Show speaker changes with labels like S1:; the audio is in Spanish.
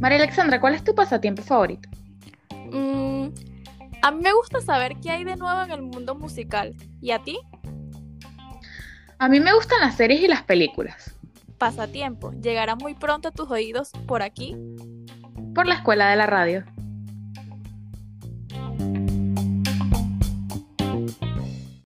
S1: María Alexandra, ¿cuál es tu pasatiempo favorito?
S2: Mm, a mí me gusta saber qué hay de nuevo en el mundo musical. ¿Y a ti?
S1: A mí me gustan las series y las películas.
S2: Pasatiempo. Llegará muy pronto a tus oídos por aquí.
S1: Por la escuela de la radio.